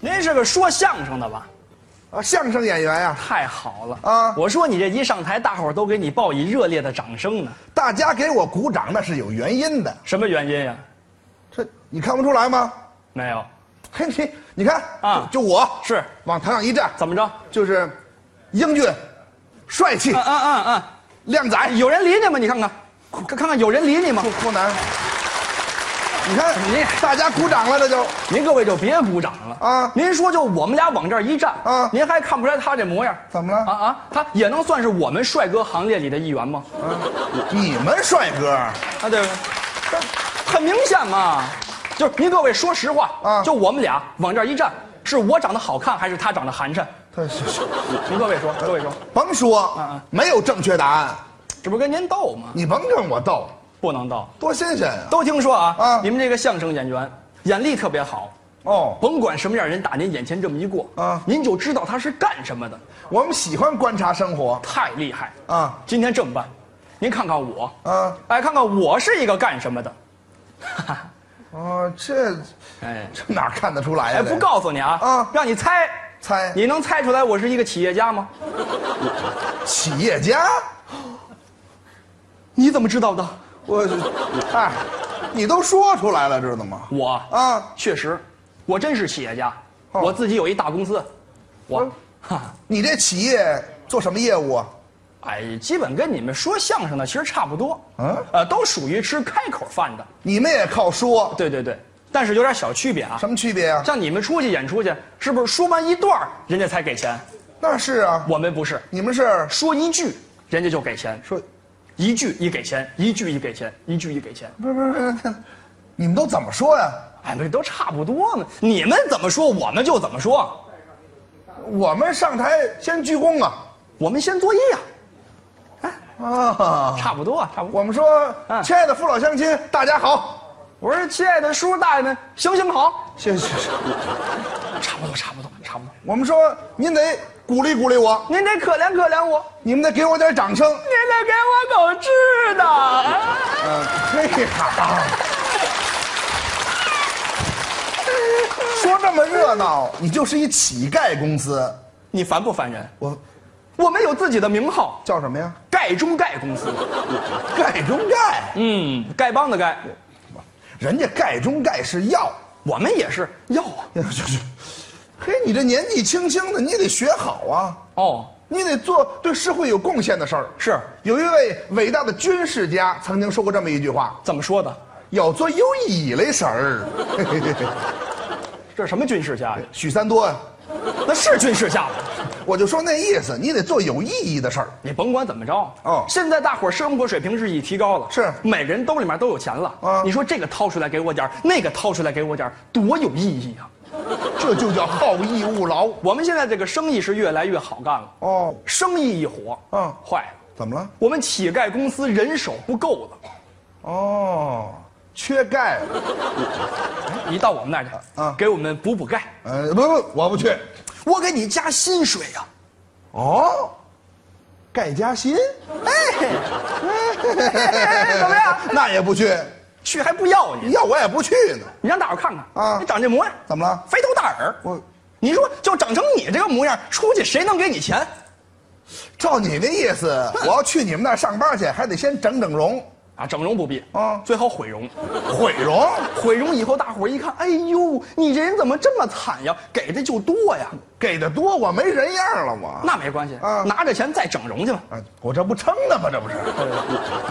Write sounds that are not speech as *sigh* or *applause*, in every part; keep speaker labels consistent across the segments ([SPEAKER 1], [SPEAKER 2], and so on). [SPEAKER 1] 真是个说相声的吧？
[SPEAKER 2] 啊，相声演员呀、
[SPEAKER 1] 太好了
[SPEAKER 2] 啊
[SPEAKER 1] 我说你这一上台，大伙儿都给你报以热烈的掌声呢，
[SPEAKER 2] 大家给我鼓掌那是有原因的，
[SPEAKER 1] 什么原因呀？
[SPEAKER 2] 这你看不出来吗？
[SPEAKER 1] 没有，
[SPEAKER 2] 嘿，你你看
[SPEAKER 1] 啊
[SPEAKER 2] 就就我
[SPEAKER 1] 是
[SPEAKER 2] 往台上一站，
[SPEAKER 1] 怎么着？
[SPEAKER 2] 就是英俊、帅气、
[SPEAKER 1] 嗯嗯嗯
[SPEAKER 2] 靓仔、
[SPEAKER 1] 嗯，有人理你吗？你看看，看看看有人理你吗
[SPEAKER 2] 酷？酷男。你看
[SPEAKER 1] 你
[SPEAKER 2] 大家鼓掌了，这就
[SPEAKER 1] 您各位就别鼓掌了
[SPEAKER 2] 啊
[SPEAKER 1] 您说就我们俩往这儿一站
[SPEAKER 2] 啊
[SPEAKER 1] 您还看不出来他这模样？
[SPEAKER 2] 怎么了
[SPEAKER 1] 啊啊，他也能算是我们帅哥行列里的一员吗？
[SPEAKER 2] 嗯你们帅哥，
[SPEAKER 1] 啊，对不对？很明显嘛，就是您各位说实话
[SPEAKER 2] 啊
[SPEAKER 1] 就我们俩往这儿一站，是我长得好看还是他长得寒碜？
[SPEAKER 2] 他是是
[SPEAKER 1] 您各位说，各位说，
[SPEAKER 2] 甭说
[SPEAKER 1] 啊，
[SPEAKER 2] 没有正确答案，
[SPEAKER 1] 这不是跟您斗吗？
[SPEAKER 2] 你甭跟我斗，
[SPEAKER 1] 不能斗，
[SPEAKER 2] 多新鲜啊！
[SPEAKER 1] 都听说啊，
[SPEAKER 2] 啊
[SPEAKER 1] 你们这个相声演员眼力特别好，
[SPEAKER 2] 哦，
[SPEAKER 1] 甭管什么样人打您眼前这么一过
[SPEAKER 2] 啊
[SPEAKER 1] 您就知道他是干什么的，
[SPEAKER 2] 我们喜欢观察生活
[SPEAKER 1] 太厉害了
[SPEAKER 2] 啊
[SPEAKER 1] 今天这么办，您看看我，
[SPEAKER 2] 啊
[SPEAKER 1] 哎，看看我是一个干什么的，
[SPEAKER 2] 啊，这
[SPEAKER 1] 哎，
[SPEAKER 2] 这哪看得出来呀？
[SPEAKER 1] 哎，不告诉你啊，
[SPEAKER 2] 啊
[SPEAKER 1] 让你猜，
[SPEAKER 2] 猜
[SPEAKER 1] 你能猜出来我是一个企业家吗？
[SPEAKER 2] 这企业家，
[SPEAKER 1] 你怎么知道的？
[SPEAKER 2] 我哎，你都说出来了，知道吗？
[SPEAKER 1] 我
[SPEAKER 2] 啊，
[SPEAKER 1] 确实，我真是企业家，
[SPEAKER 2] 哦
[SPEAKER 1] 我自己有一大公司，我
[SPEAKER 2] 嗯，
[SPEAKER 1] 哈哈，
[SPEAKER 2] 你这企业做什么业务啊？
[SPEAKER 1] 哎，基本跟你们说相声的其实差不多，
[SPEAKER 2] 嗯
[SPEAKER 1] 呃，都属于吃开口饭的，
[SPEAKER 2] 你们也靠说，
[SPEAKER 1] 对对对，但是有点小区别啊
[SPEAKER 2] 什。么区别啊？
[SPEAKER 1] 像你们出去演出去，是不是说完一段儿人家才给钱？
[SPEAKER 2] 那是啊，
[SPEAKER 1] 我们不是，
[SPEAKER 2] 你们是
[SPEAKER 1] 说一句人家就给钱，
[SPEAKER 2] 说，
[SPEAKER 1] 一句一给钱，一句一给钱，一句一给钱。
[SPEAKER 2] 不是不是不是，你们都怎么说呀？
[SPEAKER 1] 哎，不是都差不多吗？你们怎么说，我们就怎么说。
[SPEAKER 2] 我们上台先鞠躬啊
[SPEAKER 1] 我们先作揖啊，
[SPEAKER 2] 啊！
[SPEAKER 1] 差不多啊，差不多。
[SPEAKER 2] 我们说
[SPEAKER 1] 嗯，
[SPEAKER 2] 亲爱的父老乡亲，大家好，
[SPEAKER 1] 我说亲爱的叔叔大爷们，行行好，
[SPEAKER 2] 谢谢。谢
[SPEAKER 1] 差不多，差不多，差不多。
[SPEAKER 2] 我们说您得鼓励鼓励我，
[SPEAKER 1] 您得可怜可怜我，
[SPEAKER 2] 你们得给我点掌声。
[SPEAKER 1] 您得给我口吃的。呃
[SPEAKER 2] 嗯，嘿呀，说这么热闹，你就是一乞丐公司，
[SPEAKER 1] 你烦不烦人？
[SPEAKER 2] 我
[SPEAKER 1] 我们有自己的名号，
[SPEAKER 2] 叫什么呀？
[SPEAKER 1] 盖中盖公司。
[SPEAKER 2] 盖中盖，
[SPEAKER 1] 嗯，丐帮的丐，
[SPEAKER 2] 人家盖中盖是药。
[SPEAKER 1] 我们也是要啊。
[SPEAKER 2] 就是， *laughs* 嘿，你这年纪轻轻的，你得学好啊，
[SPEAKER 1] 哦，
[SPEAKER 2] 你得做对社会有贡献的事儿。
[SPEAKER 1] 是
[SPEAKER 2] 有一位伟大的军事家曾经说过这么一句话
[SPEAKER 1] 怎么说的？：“
[SPEAKER 2] 要做有意义的事儿。嘿嘿嘿嘿
[SPEAKER 1] 这是什么军事家呀？”
[SPEAKER 2] 许三多呀，
[SPEAKER 1] 那是军事家吗？
[SPEAKER 2] 我就说那意思，你得做有意义的事儿。
[SPEAKER 1] 你甭管怎么着，
[SPEAKER 2] 哦
[SPEAKER 1] 现在大伙儿生活水平日益提高了，
[SPEAKER 2] 是
[SPEAKER 1] 每个人兜里面都有钱了，
[SPEAKER 2] 啊
[SPEAKER 1] 你说这个掏出来给我点儿，那个掏出来给我点儿，多有意义啊！
[SPEAKER 2] 这就叫好逸恶劳。
[SPEAKER 1] 我们现在这个生意是越来越好干了，
[SPEAKER 2] 哦，
[SPEAKER 1] 生意一火，
[SPEAKER 2] 啊
[SPEAKER 1] 坏了，
[SPEAKER 2] 怎么了？
[SPEAKER 1] 我们乞丐公司人手不够了，
[SPEAKER 2] 哦，缺钙。
[SPEAKER 1] 你到我们那儿去，
[SPEAKER 2] 啊
[SPEAKER 1] 给我们补补钙，
[SPEAKER 2] 呃，不不，我不去。
[SPEAKER 1] 我给你加薪水啊呀、
[SPEAKER 2] 哦，钙加锌，
[SPEAKER 1] 哎怎么样？
[SPEAKER 2] 那也不去，
[SPEAKER 1] 去还不要你，
[SPEAKER 2] 要我也不去呢。
[SPEAKER 1] 你让大伙儿看看
[SPEAKER 2] 啊
[SPEAKER 1] 你长这模样，
[SPEAKER 2] 怎么了？
[SPEAKER 1] 肥头大耳，
[SPEAKER 2] 我
[SPEAKER 1] 你说就长成你这个模样，出去谁能给你钱？
[SPEAKER 2] 照你那意思，我要去你们那儿上班去，还得先整整容，
[SPEAKER 1] 啊，整容不必
[SPEAKER 2] 啊
[SPEAKER 1] 最好毁容。
[SPEAKER 2] 毁容。
[SPEAKER 1] 毁容以后，大伙儿一看，哎呦，你这人怎么这么惨呀？给的就多呀，
[SPEAKER 2] 给的多，我没人样了，我。
[SPEAKER 1] 那没关系，
[SPEAKER 2] 啊
[SPEAKER 1] 拿着钱再整容去吧。
[SPEAKER 2] 啊，我这不撑的吗？这不是，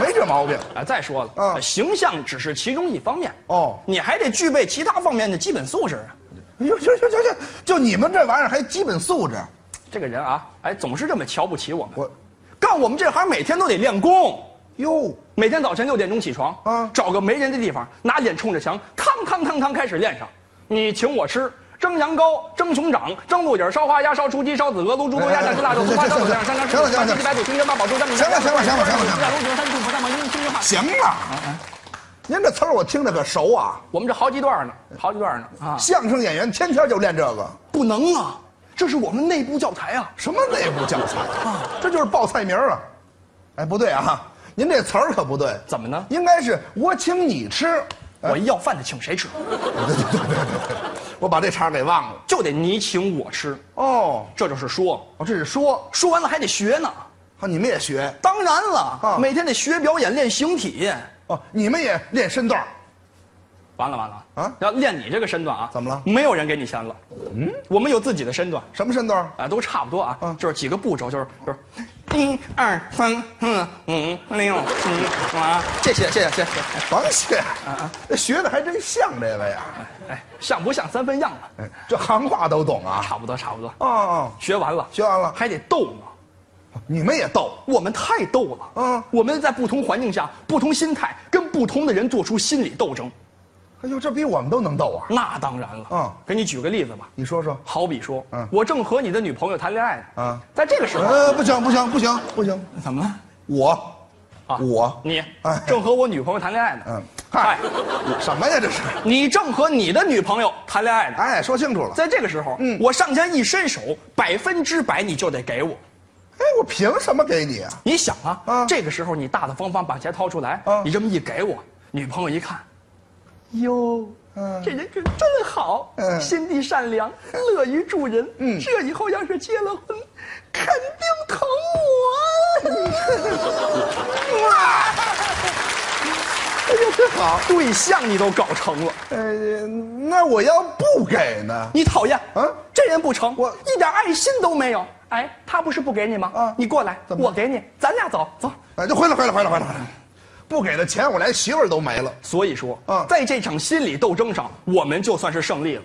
[SPEAKER 2] 没这毛病。
[SPEAKER 1] 啊，再说了，
[SPEAKER 2] 啊
[SPEAKER 1] 呃形象只是其中一方面
[SPEAKER 2] 哦
[SPEAKER 1] 你还得具备其他方面的基本素质啊。
[SPEAKER 2] 哟哟哟哟哟，就你们这玩意儿还基本素质，
[SPEAKER 1] 这个人啊，哎，总是这么瞧不起我们。
[SPEAKER 2] 我
[SPEAKER 1] 干我们这行，每天都得练功，
[SPEAKER 2] 哟，
[SPEAKER 1] 每天早晨六点钟起床，
[SPEAKER 2] 啊
[SPEAKER 1] 找个没人的地方，拿脸冲着墙，吭吭吭吭开始练上。你请我吃蒸羊羔、蒸熊掌、蒸鹿眼、烧花鸭、烧雏鸡、烧子鹅、卤猪、卤鸭、炸鸡、腊肉、葱花、烧子酱、山楂、猪八鸡、白肚、清蒸八宝粥、三米
[SPEAKER 2] 行了。您这词儿我听着可熟啊，
[SPEAKER 1] 我们这好几段呢，好几段呢啊！
[SPEAKER 2] 相声演员天天就练这个，
[SPEAKER 1] 不能啊，这是我们内部教材啊。
[SPEAKER 2] 什么内部教材啊？这就是报菜名了。啊哎，不对啊，您这词儿可不对，
[SPEAKER 1] 怎么呢？
[SPEAKER 2] 应该是我请你吃，
[SPEAKER 1] 我一要饭的请谁吃，
[SPEAKER 2] 我把这茬儿给忘了。
[SPEAKER 1] 就得你请我吃，
[SPEAKER 2] 哦，
[SPEAKER 1] 这就是说，
[SPEAKER 2] 哦，这是说，
[SPEAKER 1] 说完了还得学呢。
[SPEAKER 2] 啊，你们也学
[SPEAKER 1] 当然了，
[SPEAKER 2] 啊
[SPEAKER 1] 每天得学表演练形体。
[SPEAKER 2] 哦，你们也练身段儿
[SPEAKER 1] 完了完了
[SPEAKER 2] 啊
[SPEAKER 1] 要练你这个身段啊？
[SPEAKER 2] 怎么了
[SPEAKER 1] 没有人给你钱了。嗯，我们有自己的身段，
[SPEAKER 2] 什么身段儿？
[SPEAKER 1] 啊，都差不多啊，
[SPEAKER 2] 啊
[SPEAKER 1] 就是几个步骤，就是就是一二三四五六七八，这些这些这些，
[SPEAKER 2] 甭
[SPEAKER 1] 啊
[SPEAKER 2] 学，这学的还真像这个呀。
[SPEAKER 1] 哎，像不像三分样了？
[SPEAKER 2] 哎，这行话都懂啊。
[SPEAKER 1] 差不多差不多，
[SPEAKER 2] 哦哦，
[SPEAKER 1] 学完了
[SPEAKER 2] 学完了，
[SPEAKER 1] 还得斗呢。
[SPEAKER 2] 你们也逗。
[SPEAKER 1] 我们太斗了，
[SPEAKER 2] 嗯
[SPEAKER 1] 我们在不同环境下、不同心态，跟不同的人做出心理斗争，
[SPEAKER 2] 哎呦，这比我们都能逗啊！
[SPEAKER 1] 那当然了，
[SPEAKER 2] 嗯
[SPEAKER 1] 给你举个例子吧，
[SPEAKER 2] 你说说。
[SPEAKER 1] 好比说，
[SPEAKER 2] 嗯
[SPEAKER 1] 我正和你的女朋友谈恋爱呢，
[SPEAKER 2] 嗯
[SPEAKER 1] 在这个时候，
[SPEAKER 2] 呃，不行不行不行不行，
[SPEAKER 1] 怎么了？
[SPEAKER 2] 我，
[SPEAKER 1] 啊
[SPEAKER 2] 我，
[SPEAKER 1] 你
[SPEAKER 2] 哎
[SPEAKER 1] 正和我女朋友谈恋爱呢，
[SPEAKER 2] 嗯，
[SPEAKER 1] 嗨
[SPEAKER 2] 嗨，什么呀这是？
[SPEAKER 1] 你正和你的女朋友谈恋爱呢。
[SPEAKER 2] 哎，说清楚了。
[SPEAKER 1] 在这个时候，
[SPEAKER 2] 嗯
[SPEAKER 1] 我上前一伸手，百分之百你就得给我。
[SPEAKER 2] 哎，我凭什么给你啊？ *laughs*
[SPEAKER 1] 你想啊，
[SPEAKER 2] 啊
[SPEAKER 1] 这个时候你大大方方把钱掏出来，
[SPEAKER 2] 啊
[SPEAKER 1] 你这么一给我，女朋友一看，哟，
[SPEAKER 2] 嗯
[SPEAKER 1] 这人可真好，
[SPEAKER 2] 嗯
[SPEAKER 1] 心地善良，乐于助人。
[SPEAKER 2] 嗯
[SPEAKER 1] 这以后要是结了婚，肯定疼我。哇，
[SPEAKER 2] 哎呦，真好。
[SPEAKER 1] 对象你都搞成了，
[SPEAKER 2] 呃，那我要不给呢？
[SPEAKER 1] 你讨厌，
[SPEAKER 2] 啊
[SPEAKER 1] 这人不成，
[SPEAKER 2] 我
[SPEAKER 1] 一点爱心都没有。哎，他不是不给你吗？
[SPEAKER 2] 啊
[SPEAKER 1] 你过来，
[SPEAKER 2] 怎么了
[SPEAKER 1] 我给你，咱俩走走。
[SPEAKER 2] 哎，就回来回来回来回来回来，不给的钱我连媳妇儿都没了。
[SPEAKER 1] 所以说，
[SPEAKER 2] 嗯
[SPEAKER 1] 在这场心理斗争上，我们就算是胜利了。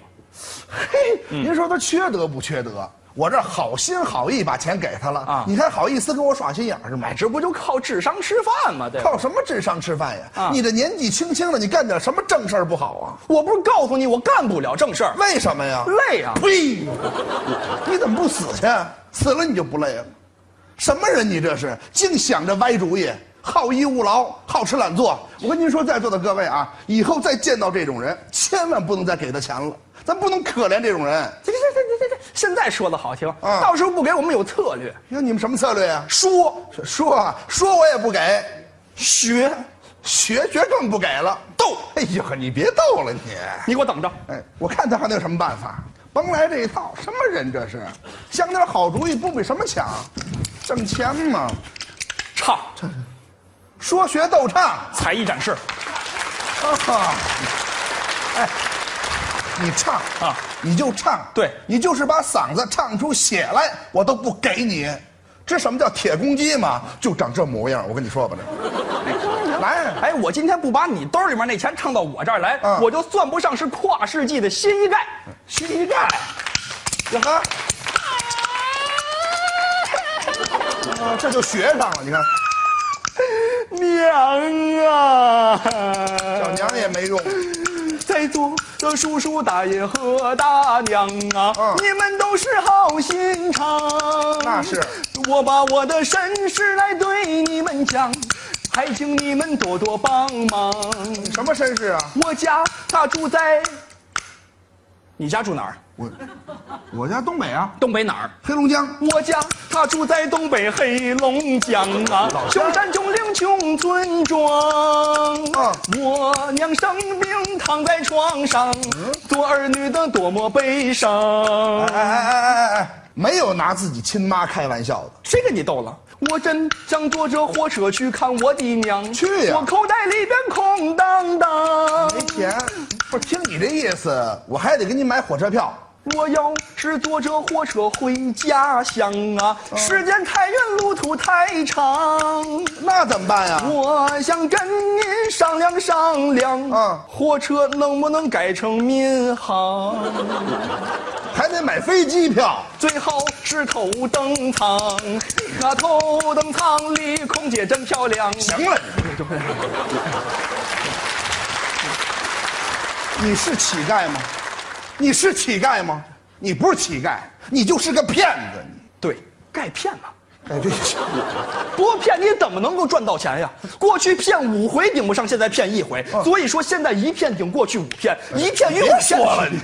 [SPEAKER 2] 嘿，
[SPEAKER 1] 嗯
[SPEAKER 2] 您说他缺德不缺德？我这好心好意把钱给他了
[SPEAKER 1] 啊
[SPEAKER 2] 你还好意思跟我耍心眼儿是吗
[SPEAKER 1] 哎，？这不就靠智商吃饭吗？对吧？
[SPEAKER 2] 靠什么智商吃饭呀？
[SPEAKER 1] 啊
[SPEAKER 2] 你这年纪轻轻的，你干点什么正事儿不好啊？
[SPEAKER 1] 我不是告诉你，我干不了正事儿，
[SPEAKER 2] 为什么呀？
[SPEAKER 1] 累啊！
[SPEAKER 2] 呸！你怎么不死去？死了你就不累了？什么人你这是？净想着歪主意，好逸恶劳，好吃懒做。我跟您说，在座的各位啊，以后再见到这种人，千万不能再给他钱了，咱不能可怜这种人。
[SPEAKER 1] 这这这这这这，现在说的好听，
[SPEAKER 2] 啊
[SPEAKER 1] 到时候不给我们有策略，
[SPEAKER 2] 哟，你们什么策略啊？
[SPEAKER 1] 说
[SPEAKER 2] 说啊，说我也不给，
[SPEAKER 1] 学
[SPEAKER 2] 学学更不给了。
[SPEAKER 1] 斗，
[SPEAKER 2] 哎呦呵，你别逗了你。
[SPEAKER 1] 你给我等着。
[SPEAKER 2] 哎，我看他还能有什么办法？甭来这一套，什么人这是？想点好主意不比什么强？挣钱嘛，
[SPEAKER 1] 唱
[SPEAKER 2] 说学逗唱。
[SPEAKER 1] 才艺展示，
[SPEAKER 2] 啊哎，你唱
[SPEAKER 1] 啊
[SPEAKER 2] 啊，你就唱，
[SPEAKER 1] 对
[SPEAKER 2] 你就是把嗓子唱出血来，我都不给你。知什么叫铁公鸡吗？就长这模样，我跟你说吧，这。来，
[SPEAKER 1] 哎，我今天不把你兜里面那钱唱到我这儿来，
[SPEAKER 2] 嗯
[SPEAKER 1] 我就算不上是跨世纪的新一代。
[SPEAKER 2] 新一代，呀呵，啊，这就学上了，你看。
[SPEAKER 1] 娘啊！
[SPEAKER 2] 小娘也没用，
[SPEAKER 1] 在座的叔叔、大爷和大娘啊，
[SPEAKER 2] 嗯
[SPEAKER 1] 你们都是好心肠。
[SPEAKER 2] 那是，
[SPEAKER 1] 我把我的身世来对你们讲，还请你们多多帮忙。
[SPEAKER 2] 什么绅士啊？
[SPEAKER 1] 我家他住在，你家住哪儿？
[SPEAKER 2] 我，我家东北啊，
[SPEAKER 1] 东北哪儿？
[SPEAKER 2] 黑龙江。
[SPEAKER 1] 我家他住在东北黑龙江啊，穷山穷岭穷村庄。
[SPEAKER 2] 啊
[SPEAKER 1] 我娘生病躺在床上，做儿女的多么悲伤
[SPEAKER 2] 嗯哎。哎哎哎哎哎，没有拿自己亲妈开玩笑的。
[SPEAKER 1] 谁跟你斗了？我真想坐着火车去看我的娘，
[SPEAKER 2] 去呀
[SPEAKER 1] 我口袋里边空荡荡。
[SPEAKER 2] 没钱，不是听你这意思，我还得给你买火车票。
[SPEAKER 1] 我要是坐着火车回家乡啊，
[SPEAKER 2] 嗯
[SPEAKER 1] 时间太远，路途太长。
[SPEAKER 2] 那怎么办呀？
[SPEAKER 1] 我想跟您商量商量，
[SPEAKER 2] 嗯
[SPEAKER 1] 火车能不能改成民航？
[SPEAKER 2] 还得买飞机票。
[SPEAKER 1] 最好是头等舱，那头等舱里空姐真漂亮。
[SPEAKER 2] 行了，你是乞丐吗？你是乞丐吗？你不是乞丐，你就是个骗子。
[SPEAKER 1] 对，该骗了。
[SPEAKER 2] 你哎，这。
[SPEAKER 1] 不过骗你怎么能够赚到钱呀？过去骗五回啊哎顶不上，现在骗一回，所以说现在一骗顶过去五骗，一骗与
[SPEAKER 2] 别
[SPEAKER 1] 五骗。
[SPEAKER 2] 说了你。